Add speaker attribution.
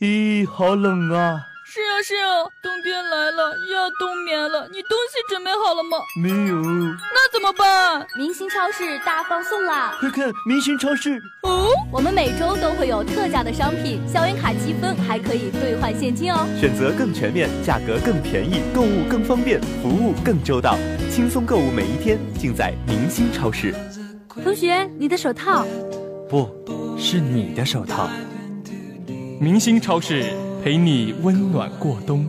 Speaker 1: 咦，好冷啊！
Speaker 2: 是啊是啊，冬天来了，又要冬眠了。你东西准备好了吗？
Speaker 1: 没有，
Speaker 2: 那怎么办？
Speaker 3: 明星超市大放送啦！
Speaker 1: 快看，明星超市
Speaker 2: 哦，
Speaker 3: 我们每周都会有特价的商品，校园卡积分还可以兑换现金哦。
Speaker 4: 选择更全面，价格更便宜，购物更方便，服务更周到，轻松购物每一天，尽在明星超市。
Speaker 3: 同学，你的手套。
Speaker 5: 不是你的手套。
Speaker 6: 明星超市陪你温暖过冬。